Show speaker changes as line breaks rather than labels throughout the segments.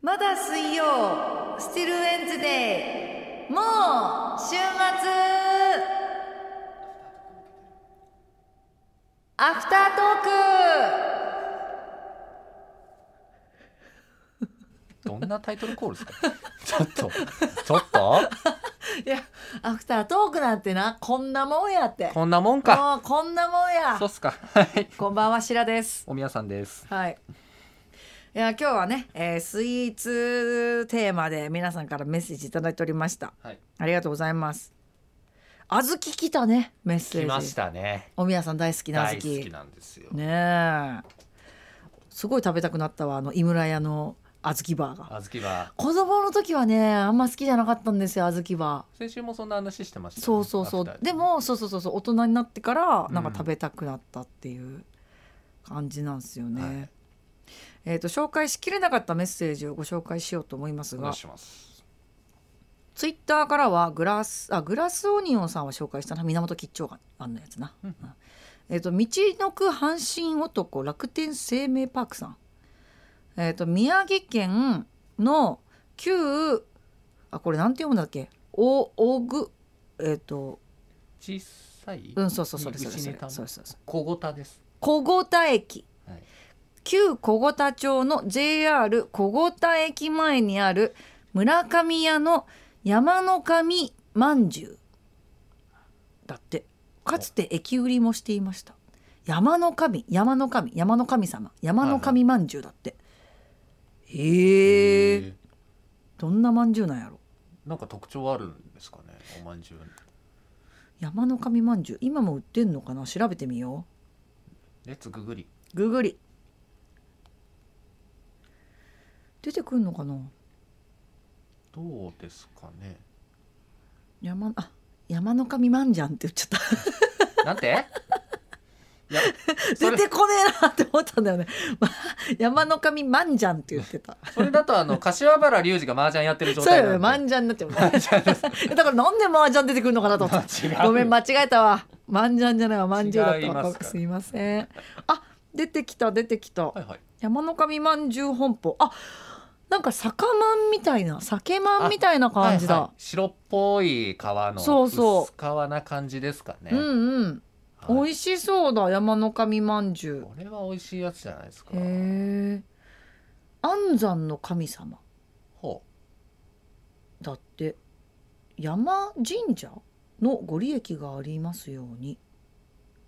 まだ水曜スティルウェンズデーもう週末アフタート
どんなタイトルコールですか ちょっとちょっと
ークいやアフタートークなんてなこんなもんやって
こんなもんか
もうこんなもんや
そうっすかはい
こんばんはしらです
おみやさんです
はいいや今日はね、えースイーツテーマで皆さんからメッセージいただいておりました
はい
ありがとうございますあずき来たねメッセージ
来ましたね
おみやさん大好きなあず
大
き
好きなんですよ
ねえすごい食べたくなったわあの井村屋の小豆バーが
あずきは
子供の時はねあんま好きじゃなかったんですよ小豆バ
先週もそんな話してまし
ー
たね
そうそうそ
アフ
う
ター
でもそうそうそうそう大人になってから
うん
なんか食べたくなったっていう感じなんですよね、
はい
えっ、と紹介しきれなかったメッセージをご紹介しようと思います
お願
が
いします
ツイッターからはグラスあグラスオニオンさんは紹介したな源吉兆あんのやつな、
うん
えっ、と道のく阪神男楽天生命パークさんえっ、と宮城県の旧あこれなんて読むんだっけおおぐえっ、と
小さい
うんそうそうそれそれ
牛
そ
ネ
れ
タの
そうそうそう
小ごたです
小五田駅
はい
旧小五田町の JR 小五田駅前にある村上屋の山の神まんじゅうだってかつて駅売りもしていました山の神山の神山の神様山の神まんじゅうだって、へえ
へー
どんなまんじゅうなんやろ
なんか特徴あるんですかねお饅頭
山の神まんじゅう今も売ってんのかな調べてみよ
レッツググリ
うググリ出てくんのかな
どうですかね
山あ山の神まんじゃんって言っちゃっ
なんていや
た出
それ
てこねえなって思ったんだよね、まあ、山の神まんじゃんって言ってた
それだとあの柏原隆二が麻雀やってる 状
そう
態
よねま
なんで
んじゃんにな ってもね だからなんでまんじゃん出てくるのかなと思った
違う
ごめん間違えたわまんじゃんじゃないわまんじゅうだっ
違い
た
ます
わ
から
すいませんあ出てきた出てきた
はいはい
山の神まんじゅう本舗あなんか酒まんみたいな酒まんみたいな感じだ、
はいはい白っぽい皮の
そうそう
薄皮な感じですかね、
うんうん、
はい
美味しそうだ山の神まんじゅう
これは美味しいやつじゃないですか
へえ安山の神様
ほ
だって山神社のご利益がありますように、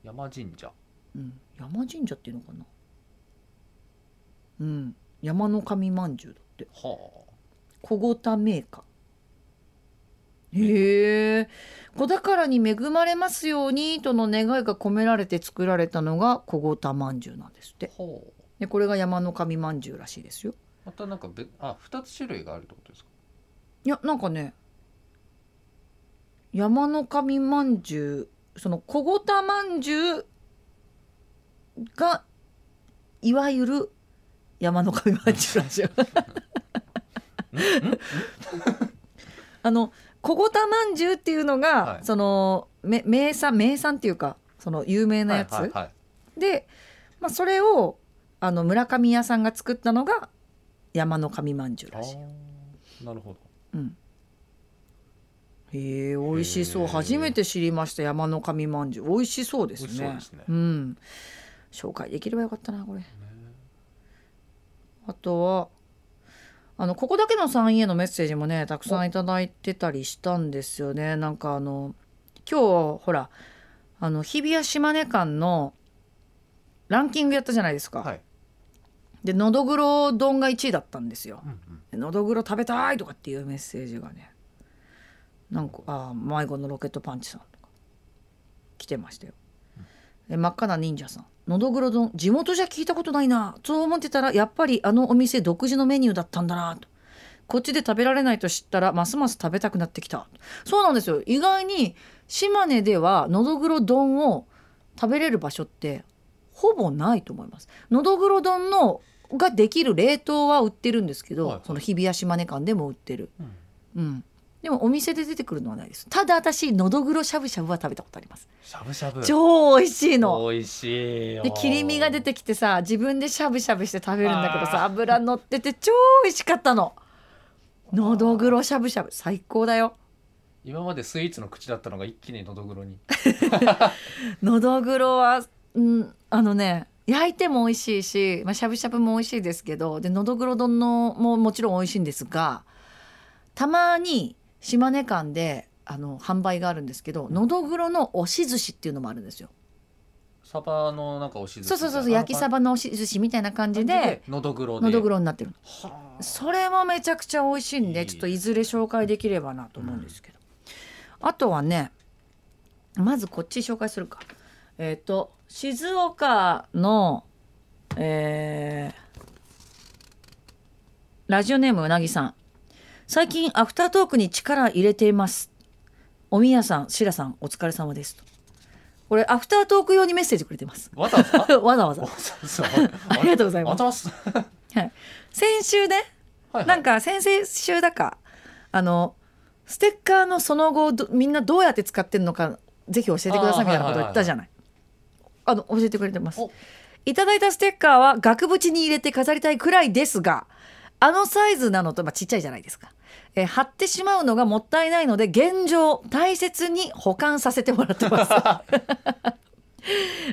う山神社
うん、山神社っていうのかなうん山の神まんじゅうだって
ほう
小五田銘菓へえ子宝に恵まれますようにとの願いが込められて作られたのが小五田まんじゅうなんですって
ほう
でこれが山の神まんじゅうらしいですよ
またなんかべあ二つ種類があるってことですか
いやなんかね山の神まんじゅうその小ごたまんじゅうがいわゆる山の神まんじゅうらしいあの小ごたまんじゅうっていうのが、
はい
そのめ名産名産っていうかその有名なやつ、
はいはいはい
で、まあ、それをあの村上屋さんが作ったのが山の神まんじゅう
あ
らしい。
ーなるほど
うん、へえ美味しそ
へ
う
え
初めて知りました山の神まんじゅう美味しそうです
美味しそう
ね
ですね
ん、紹介できればよかったなこれあとはあのここだけの3へのメッセージもねたくさんいただいてたりしたんですよねなんかあの今日ほらあの日比谷島根間のランキングやったじゃないですか、
はい、
でのどぐろ丼が1位だったんですよ、
うんうん、
のどぐろ食べたいとかっていうメッセージがねなんかあー迷子のロケットパンチさんとか来てましたよ、え真っ赤な忍者さんのどぐろ丼地元じゃ聞いたことないなそう思ってたらやっぱりあのお店独自のメニューだったんだなとこっちで食べられないと知ったらますます食べたくなってきたそうなんですよ意外に島根ではのどぐろ丼を食べれる場所ってほぼないと思いますのどぐろ丼のができる冷凍は売ってるんですけど、
はいはい
その日比谷島根間でも売ってる
うん
うんでもお店で出てくるのはないですただ私のどぐろしゃぶしゃぶは食べたことあります
しゃぶしゃぶ
超美味しいの
美味しいよ
で切り身が出てきてさ自分でしゃぶしゃぶして食べるんだけどさ
あー
油乗ってて超美味しかったののどぐろしゃぶしゃぶ最高だよ
今までスイーツの口だったのが一気にのどぐろに
のどぐろは、うん、あのね焼いても美味しいし、まあ、しゃぶしゃぶも美味しいですけどでのどぐろ丼のももちろん美味しいんですがたまに島根間であの販売があるんですけどのどぐろの押し寿司っていうのもあるんですよ。
サバのなんかおしず
そうそうそうそう焼きサ
バ
バの押し寿司みたいな感じで
のどぐろで
のどぐろになってるの
はあ
それもめちゃくちゃ美味しいん
い
で
い
ちょっといずれ紹介できればなと思うんですけど、あとはねまずこっち紹介するかえっ、と静岡のえーラジオネームうなぎさん最近アフタートークに力入れていますおみやさんしらさんお疲れ様ですとこれアフタートーク用にメッセージくれてます
わざわざ
わざわざ
わざわざ
ありがとうございます
す
先週ね
はい
なんか先々週だかあのステッカーのその後どみんなどうやって使ってるのかぜひ教えてくださいみたいなことを言ったじゃない。あの教えてくれてます
お。
いただいたステッカーは額縁に入れて飾りたいくらいですがあのサイズなのと、まあ、ちっちゃいじゃないですか、えー貼ってしまうのがもったいないので現状大切に保管させてもらって ます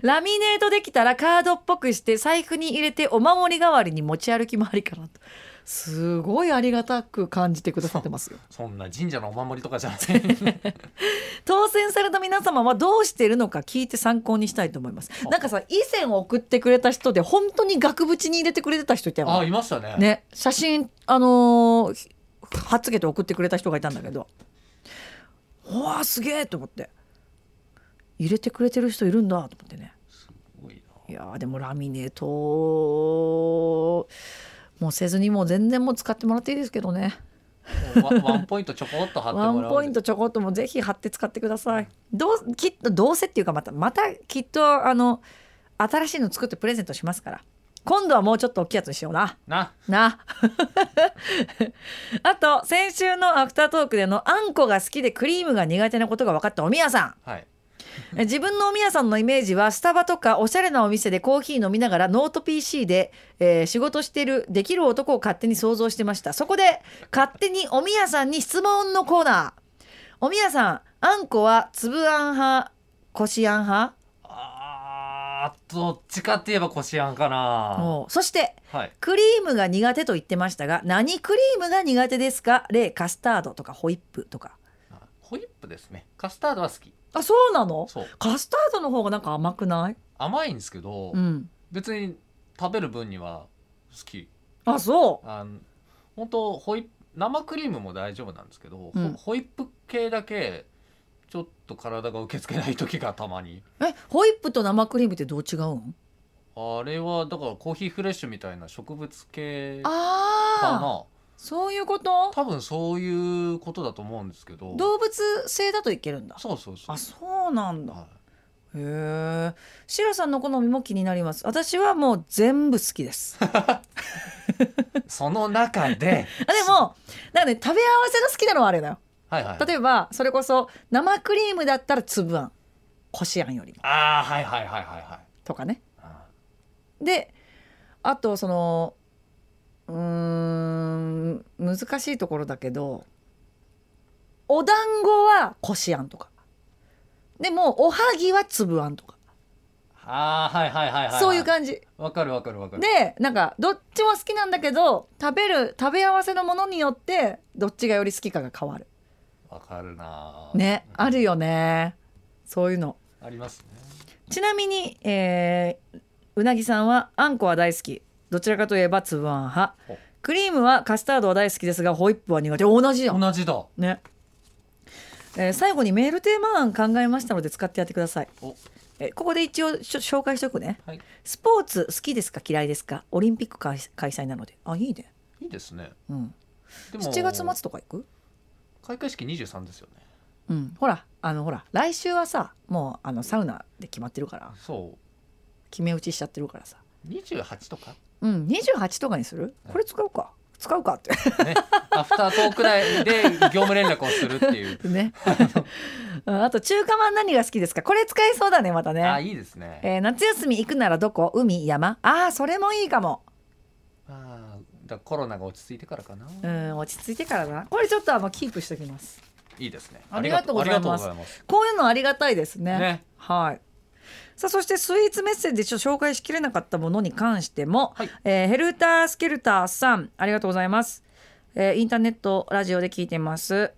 ラミネートできたらカードっぽくして財布に入れてお守り代わりに持ち歩きもありかなとすごいありがたく感じてくださってますよ
そんな神社のお守りとかじゃなくて
当選された皆様はどうしているのか聞いて参考にしたいと思いますなんかさ以前送ってくれた人で本当に額縁に入れてくれてた人いたよね
あいましたね
ね写真あのーひはっつけて送ってくれた人がいたんだけどうわあすげえと思って入れてくれてる人いるんだと思ってね
すごいない
やーでもラミネートもうせずにもう全然もう使ってもらっていいですけどね
もうワワンポイントちょこっと貼って
ワ
も
ン
らう
ポイントちょこっともぜひ貼って使ってくださいどうきっとどうせっていうかまたまたきっとあの新しいの作ってプレゼントしますから今度はもうちょっと大きいやつにしような。
な
な あと先週のアフタートークでのあんこが好きでクリームが苦手なことが分かったおみやさん
はい
え自分のおみやさんのイメージはスタバとかおしゃれなお店でコーヒー飲みながらノート PC で、えー仕事してるできる男を勝手に想像してましたそこで勝手におみやさんに質問のコーナーおみやさんあんこは粒あん派こしあん派
あーどっちかって言えばこしあんかな
おうそして
はい
クリームが苦手と言ってましたが何クリームが苦手ですか例カスタードとかホイップとか
ホイップですねカスタードは好き
あそうなの
そう
カスタードの方がなんか甘くない
甘いんですけど、
うん
別に食べる分には好き
あそ
あの本当ホイップ生クリームも大丈夫なんですけど、
うん
ホホイップ系だけちょっと体が受け付けない時がたまに
うえホイップと生クリームってどう違うん
あれはだからコーヒーフレッシュみたいな植物系か
ああ
な
そういうこと
多分そういうことだと思うんですけど
動物性だといけるんだ
そうそうそう
あそうなんだ
はい
へえシラさんの好みも気になります私はもう全部好きです あ
その中 で
でもなんかね食べ合わせが好きなのはあれだよ
はいはい
例えばそれこそ生クリームだったら粒あんこしあんより
ああはいはいはいはいはい
とかね
あ
であとそのうーん難しいところだけどお団子はこしあんとかでもおはぎは粒あんとか、
あーはいはいはいはい、はい、
そういう感じ
わかるわかるわかる
でなんかどっちも好きなんだけど食べる食べ合わせのものによってどっちがより好きかが変わる
わかるなー
ね
うん
あるよねそういうの
ありますね
ちなみに、えーうなぎさんはあんこは大好きどちらかといえばつぶあん派
お
クリームはカスタードは大好きですがホイップは苦手同じやん
同じだ
ね、えー最後にメールテーマ案考えましたので使ってやってください
お
えーここで一応しょ紹介しておくね
はい
スポーツ好きですか嫌いですかオリンピック開開催なのであいいね、
いいですね
うん、
でも
7月末とか行く
開会式23ですよね
うん、ほらあのほら来週はさもうあのサウナで決まってるから
そ
決め打ちしちゃってるからさ
う28とか
うん、28とかにするこれ使うか使うかって
ね、アフタートーク内で業務連絡をするってい う。
ねああと中華まん何が好きですかこれ使えそうだ ねまた
あ、
ね、
いいですね。
えー夏休み行くならどこ海山ああそれもいいかも
まあ、だからコロナが落ち着いてからかな。
うん落ち着いてからだなこれちょっとあのキープしておきます
いいですね。
ありがとうございます
ありがとうございます。
こういうのありがたいですね
ね。
はいさあそしてスイーツメッセージでちょっと紹介しきれなかったものに関しても、
はい
えーヘルタースケルターさんありがとうございます、えーインターネットラジオで聞いてます、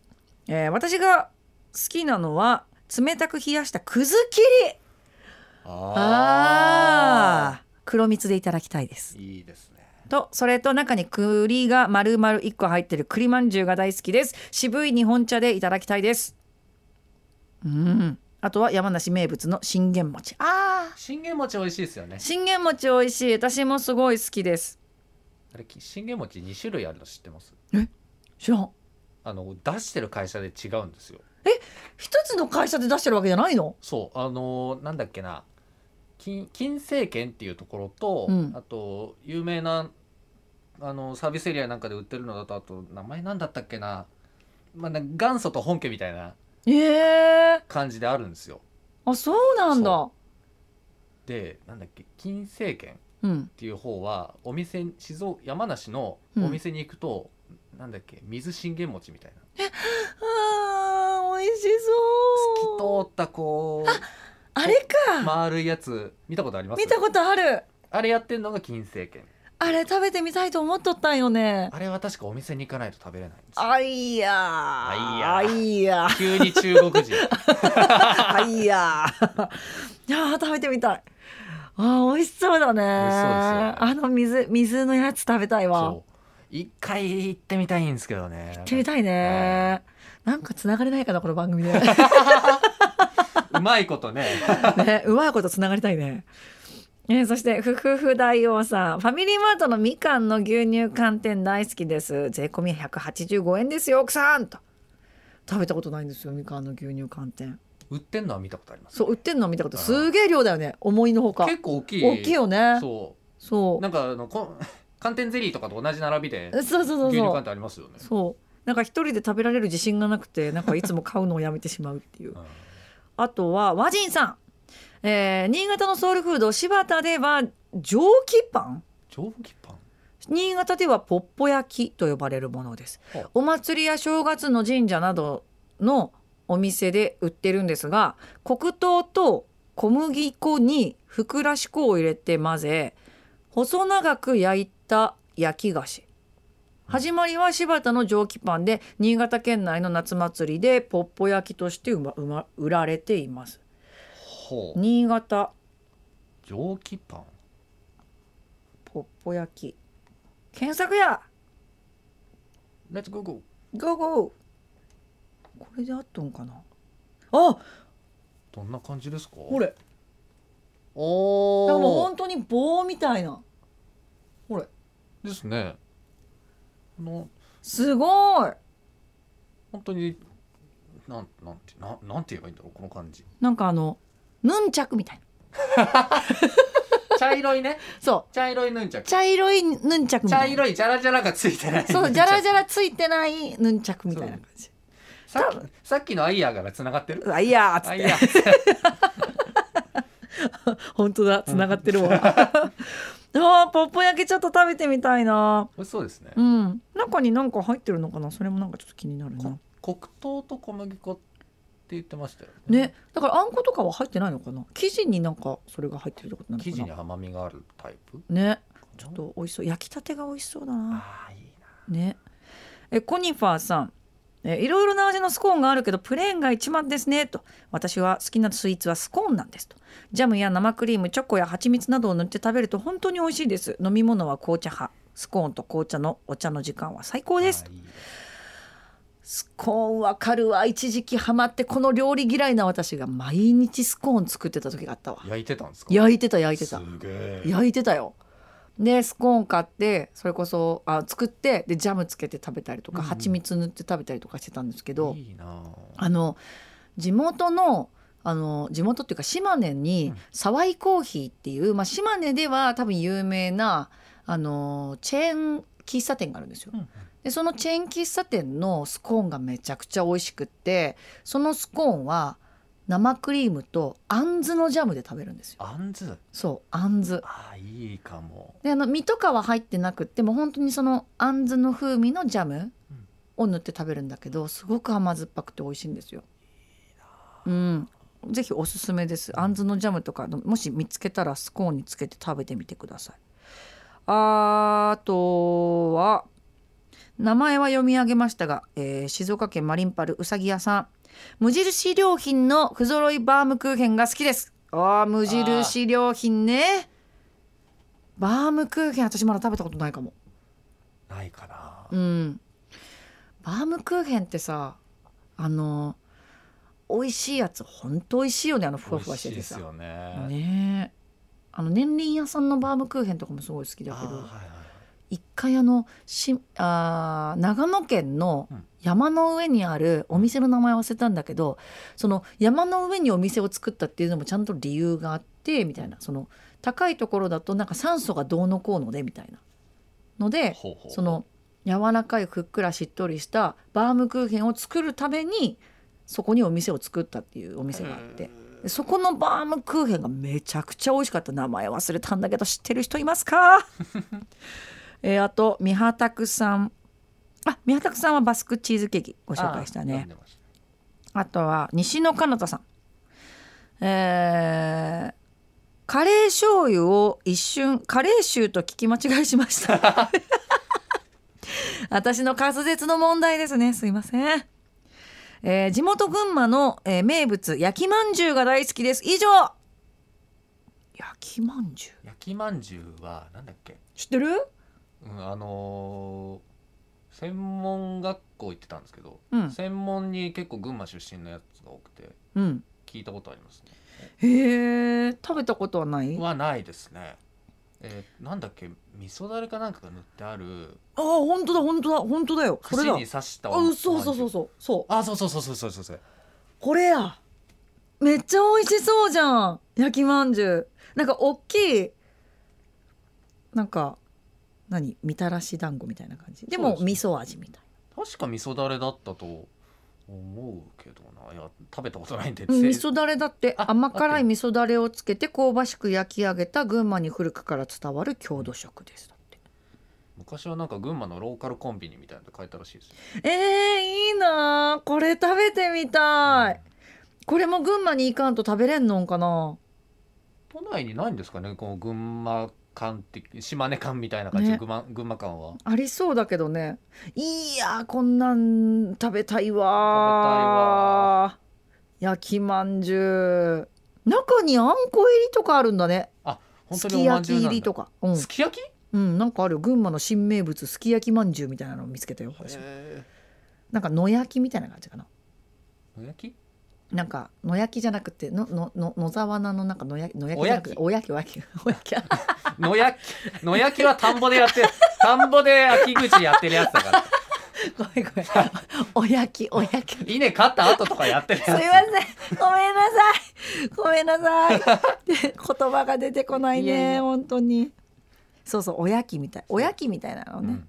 えー私が好きなのは冷たく冷やしたくず切り
あ
ああ黒蜜でいただきたいです
ー。いいですね。
とそれと中に栗が丸々1個入ってる栗まんじゅうが大好きです渋い日本茶でいただきたいですうんあとは山梨名物の信玄餅あー
信玄餅美味しいですよね。
信玄餅美味しい私もすごい好きです
あれ、信玄餅二種類あるの知ってます。
知らん
あの、出してる会社で違うんですよ。
一つの会社で出してるわけじゃないの
そうあのーなんだっけな金金星軒っていうところと、
うん
あと有名なあのサービスエリアなんかで売ってるのだとあと名前なんだったっけな,、まあ、なんか元祖と本家みたいな
ええ
感じであるんですよ
あそうなんだ
そでなんだっけ金星軒っ
うん
ていう方はお店静岡山梨のお店に行くと、なんだっけ水信玄餅みたいな
あー美味しそう
透き通ったこう
あれか、
丸いやつ見たことあります
見たことある
あれやってるのが金星軒
あれ食べてみたいと思っとったんよね。
あれは確かお店に行かないと食べれないんですよ
あいやー。
あいやー
いや ー。
急に中国 人
あいやー。いやー食べてみたい。あー美味しそうだね。
味しそうですよね
あの水水のやつ食べたいわ。行
そう一回行ってみたいんですけどね
ってみたいね。なんか繋がれないかなこの番組で。
うまいことね
ね、うまいことつながりたいね。えーそしてふふふ大王さんファミリーマートのみかんの牛乳寒天大好きです税込み185円ですよ奥さんと食べたことないんですよみかんの牛乳寒天
売ってんのは見たことあります
そう売ってんの見たこと
あー
すげえ量だよね思いのほか
結構大きい
大きいよねそう
そ
そう
なんかあのこ寒天ゼリーとかと同じ並びで
うそうそう
牛乳
そ
寒
う
天ありますよね
そうなんか一人で食べられる自信がなくてなんかいつも買うのをやめてしまうっていう
うん
あとは和人さん、えー新潟のソウルフード柴田では蒸気パン
蒸気パン
新潟ではポッポ焼きと呼ばれるものです
ほう
お祭りや正月の神社などのお店で売ってるんですが黒糖と小麦粉にふくらし粉を入れて混ぜ細長く焼いた焼き菓子始まりは柴田の蒸気パンで新潟県内の夏祭りでポッポ焼きとしてうまうま売られています
ほう
新潟
蒸気パン
ポッポ焼き検索や
レッツゴーゴー
ゴーゴーこれであっとんかなあ
どんな感じですか
ほれ
お
でもう
お
本当に棒みたいな
ですねこの
すごい
本当になんなんてななんて言えばいいんだろうこの感 じ
なんかあのヌンチャクみたいな
茶色いね
そ
茶色いヌンチャ
う
ク
茶色いヌンチャクみた
茶
いな
色いジャラジャラがついてない
そうジャラジャラついてないヌンチャクみたいな感じ
さっきさっきのアイヤーからつながってる
うわいやーっつ
ア
っ
イ
て
ヤ ー
本当だ繋がって るわあーポッポ焼きちょっと食べてみたいな
美味しそうですね
うん中になんか入ってるのかなそれもなんかちょっと気になるな
こ黒糖と小麦粉って言ってましたよ
ねだからあんことかは入ってないのかな生地になんかそれが入ってるってことなのか
生
な
地に甘みがあるタイプ
ね
ちょ
ちょっと美味しそう焼きたてが美味しそうだな
ああいいな
ねえコニファーさんえいろいろな味のスコーンがあるけどプレーンが一番ですねと私は好きなスイーツはスコーンなんですとジャムや生クリームチョコや蜂蜜などを塗って食べると本当に美味しいです飲み物は紅茶派スコーンと紅茶のお茶の時間は最高です
あーいい
スコーンわかるわ一時期ハマってこの料理嫌いな私が毎日スコーン作ってた時があったわ
焼いてたんですか
焼いてた焼いてた
すげえ
焼いてたよでスコーン買ってそれこそあ作ってでジャムつけて食べたりとか、
うんうん
蜂蜜塗って食べたりとかしてたんですけど
いいな
あの地元のあの地元っていうか島根に
うん
沢井コーヒーっていう、まあ、島根では多分有名なあのチェーン喫茶店があるんですよ
うんうん
でそのチェーン喫茶店のスコーンがめちゃくちゃ美味しくってそのスコーンは生クリームとあんずのジャムで食べるんですよ
あんず
そうあんず
あいいかも
であの実とかは入ってなくってもう本当にそのあんずの風味のジャム
うん
を塗って食べるんだけどすごく甘酸っぱくて美味しいんですよ。うん、ぜひおすすめです。あんずのジャムとかもし見つけたらスコーンにつけて食べてみてください。あとは名前は読み上げましたが、えー静岡県マリンパルうさぎ屋さん無印良品の不揃いバームクーヘンが好きです。ああ無印良品ね。バームクーヘン私まだ食べたことないかも。
ないかな、
うん。バームクーヘンってさ、あの美味しいやつ本当美味しいよねあのふわふわして
美
て
味しい
さ
です。よね
ねえ。あの年輪屋さんのバームクーヘンとかもすごい好きだ
あ
け
ー
ど、
はいはい
一回あのしあー長野県の山の上にあるお店の名前忘れたんだけど、その山の上にお店を作ったっていうのもちゃんと理由があってみたいなその高いところだとなんか酸素がどうのこうのでみたいなので
ほうほう
その柔らかいふっくらしっとりしたバームクーヘンを作るためにそこにお店を作ったっていうお店があってでそこのバームクーヘンがめちゃくちゃ美味しかった名前忘れたんだけど知ってる人いますか えーあと三畑さんあ三畑さんはバスクチーズケーキご紹介した
あー
ね
読んでまし
あとは西野彼方さん。えーカレー醤油を一瞬カレー臭と聞き間違いしました。 私の滑舌の問題ですね。すいません。えー地元群馬の、えー名物焼きまんじゅうが大好きです。以上。焼きまんじゅう
た焼きまんじゅうはなんだっけ
知ってる？
うんあのー専門学校行ってたんですけど、
うん
専門に結構群馬出身のやつが多くて
うん。
聞いたことありますね
へえ。食べたことはない？あ
はないですねえーなんだっけ味噌だれかなんかが塗ってある
あー本当だ本当だ本当だよ。これ
串
だ。
に刺した
あうんそうそうそう
う
そうそう。
あそうそうそうそうそうそうそう
これやめっちゃ美味しそうじゃん焼きまんじゅうなんか大きいなんか何みたらし団子みたいな感じでも
そうで
味
す
噌味みたい
確か味噌だれだったと思うけどないや食べたことないんで
うん味
せ
噌だれだって
あ
甘辛い
合って
味噌だれをつけて香ばしく焼き上げた群馬に古くから伝わる郷土食ですだっ
昔はなんか群馬のローカルコンビニみたいなの書いたらしいですよ
てえー、いいなあこれ食べてみたいこれも群馬に行かんと食べれんのんかな
都内にないんですかねこの群馬館的島根館みたいな感じ、
ね
群馬群馬館は
ありそうだけどねいやーこんなん食べたいわー焼きまんじゅう中にあんこ入りとかあるんだね
本
す
当
き
におまん
焼
じ
き
ゅうな
入
んだ
りとかうん、
すき焼き
うん、なんかあるよ群馬の新名物すき焼きまんじゅうみたいなのを見つけたよ私
へ
なんか野焼きみたいな感じかな
ーおやき
なんか野焼きじゃなくてののの野沢菜のなんか野焼き野焼きじゃなくておやきおやきおやき
野焼き野焼きは田んぼでやってる田んぼで秋口やってるやつだから
ごめんごめんおやきおやき
稲刈った後とかやってる
すい
や
ま
つ
せん。ごめんなさい。ごめんな さい。で言葉が出てこない
いやい
ね。
や
本当に。そうそう、おやきみたい。おやきみたいなの
う
ね
ん。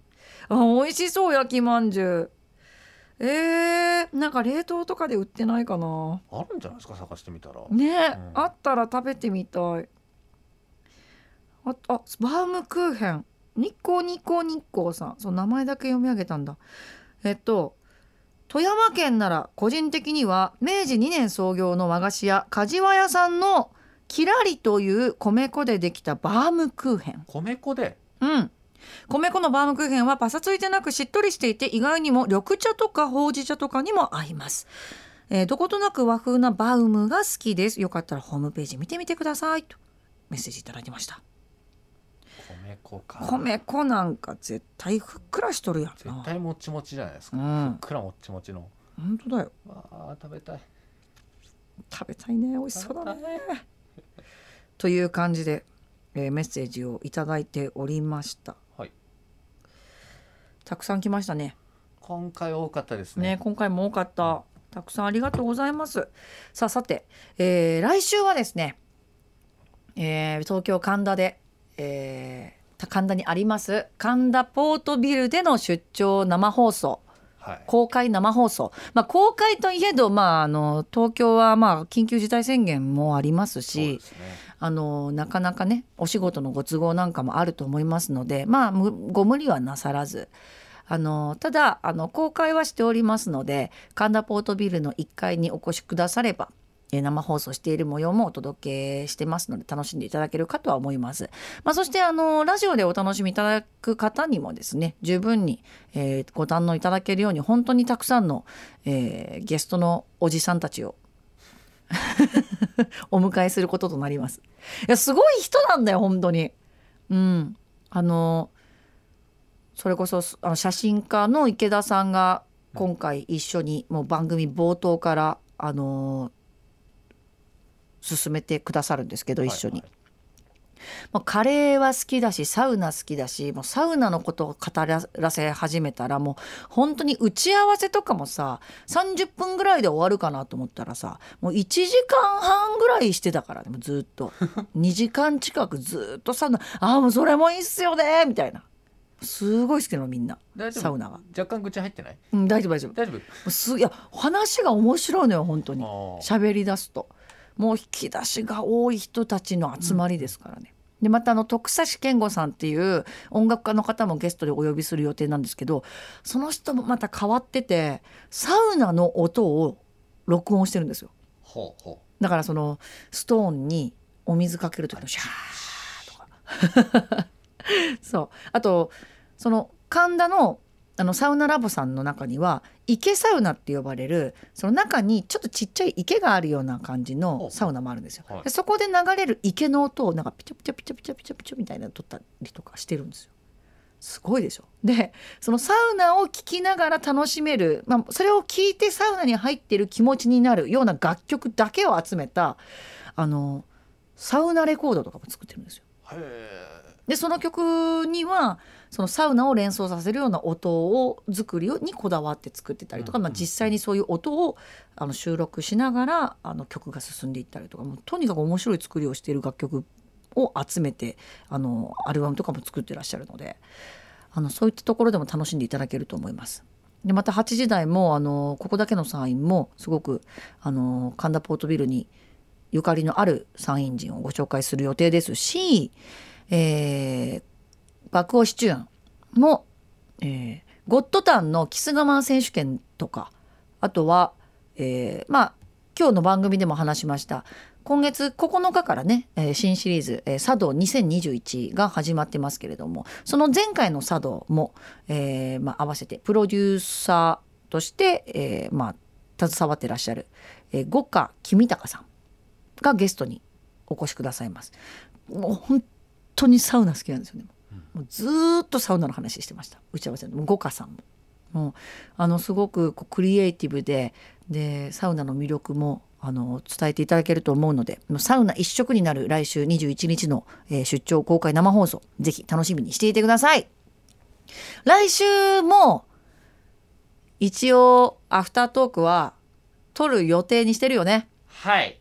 あ、美味しそう、焼きまんじゅう。えー、なんか冷凍とかで売ってないかな。
あるんじゃないですか探してみたら、
ね、
ん
あったら食べてみたい。あ、あ、バームクーヘン。日光日光日光さん。そう、名前だけ読み上げたんだ。えっと。富山県なら個人的には明治2年創業の和菓子屋梶和屋さんのキラリという米粉でできたバームクーヘン
米粉で
うん米粉のバームクーヘンはパサついてなくしっとりしていて意外にも緑茶とかほうじ茶とかにも合います、えーどことなく和風なバウムが好きですよかったらホームページ見てみてくださいとメッセージいただきました
米粉か
米粉なんか絶対ふっくらしとるやん
絶
な
対もちもちじゃないです
う
か、
ん
ふっくらもっちもちの
本当だよ
あ食べたい
食べたいね美味しそうだねという感じで、えーメッセージをいただいておりました
はい
たくさん来ましたね
今回多かったですね
ね今回も多かったたくさんありがとうございますさあさて、えー来週はですね、えー東京神田で、えー神田にあります神田ポートビルでの出張生放送
はい
公開生放送、まあ、公開といえど、まあ、あの東京はまあ緊急事態宣言もあります
そう
し
ですね
あのなかなかねお仕事のご都合なんかもあると思いますので、まあ、むご無理はなさらずあのただあの公開はしておりますので神田ポートビルの1階にお越しくだされば。えー生放送している模様もお届けしてますので楽しんでいただけるかとは思います。まあ、そしてあのラジオでお楽しみいただく方にもですね十分に、えーご堪能いただけるように本当にたくさんの、えーゲストのおじさんたちをお迎えすることとなります。いやすごい人なんだよ本当に。うん、あのそれこそあの写真家の池田さんが今回一緒にもう番組冒頭からあの進めてくださるんですけど一緒に。
はい
もうカレーは好きだしサウナ好きだしもうサウナのことを語らせ始めたらもう本当に打ち合わせとかもさ30分ぐらいで終わるかなと思ったらさもう1時間半ぐらいしてたからねもうずっと 2時間近くずっとサウナああもうそれもいいっすよねみたいなすごい好きなのみんな
大丈夫
サウナが、
若干口入ってない
うん、大丈夫大丈夫も
大丈
うすいや話が面白いのよ本当に
夫あ
喋り出すともう引き出しが多い人たちの集まりですからね。でまたあの徳橋健吾さんっていう音楽家の方もゲストでお呼びする予定なんですけどその人もまた変わっててサウナの音を録音してるんですよ
ーほうほう
だからそのストーンにお水かける時のシャーとか そうあとその神田のあのサウナラボさんの中には池サウナって呼ばれるその中にちょっとちっちゃい池があるような感じのサウナもあるんですよ。
はい
でそこで流れる池の音をなんかピチャピチャピチャピチャピチャピチャみたいなの撮ったりとかしてるんですよ。すごいでしょでそのサウナを聴きながら楽しめる、まあ、それを聴いてサウナに入っている気持ちになるような楽曲だけを集めたあのサウナレコードとかも作ってるんですよ。
へえ
でその曲にはそのサウナを連想させるような音を作りにこだわって作ってたりとか、
うん
まあ、実際にそういう音をあの収録しながらあの曲が進んでいったりとかもうとにかく面白い作りをしている楽曲を集めてあのアルバムとかも作ってらっしゃるのであのそういったところでも楽しんでいただけると思います。でまた8時台もあのここだけの山陰もすごくあの神田ポートビルにゆかりのある山陰人をご紹介する予定ですし、えー、爆音シチューンも、えーゴッドタンのキス我慢選手権とかあとは、えーまあ今日の番組でも話しました今月9日からね、えー新シリーズ「えー茶道2021」が始まってますけれどもその前回の茶道も、えーまあ、合わせてプロデューサーとして、えーまあ、携わってらっしゃる、えー、五花君高さんがゲストにお越しくださいます。もう本当にサウナ好きなんですよね。もうずーっとサウナの話してました打ち合わせでもう五花さんも。もうあのすごくこうクリエイティブででサウナの魅力もあの伝えていただけると思うのでもうサウナ一色になる来週21日の、えー出張公開生放送ぜひ楽しみにしていてください来週も一応アフタートークは撮る予定にしてるよね
はい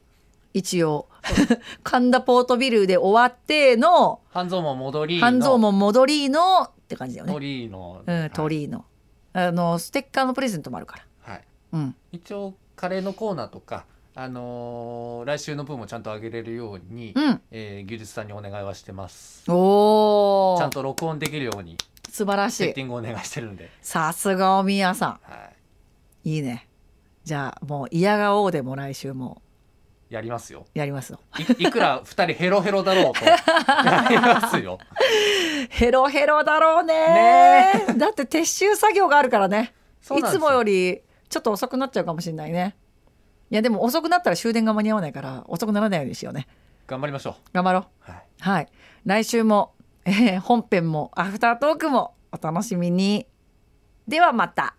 一応 神田ポートビルで終わっての
半蔵門戻りの
半蔵門戻りのって感じだよね
鳥居の、
うん、鳥居の。あの、ステッカーのプレゼントもあるから。
はい、はい
うん。
一応カレーのコーナーとかあのー来週の分もちゃんと上げれるように、
うん。
えー技術さんにお願いはしてます
お
ちゃん
ー。
と録音できるように
素晴らし
セッ
い
テ。ィングお願いしてるんで、
さすがおみやさ
は
ん。いいね。じゃあ、もう嫌がおうでも来週も
い、やりますよ
やりますよ。
いいくら二人ヘロヘロだろうとやりますよ
ヘロヘロだろうね
ね
だって撤収作業があるからね。
そ う
い
なん
つ
ですよ
もよりちょっと遅くなっちゃうかもしれないね。いや、でも遅くなったら終電が間に合わないから、遅くならないようにしようね。
頑張りましょう
頑張ろう。
はい
はい、来週も、えー本編もアフタートークもお楽しみに。ではまた。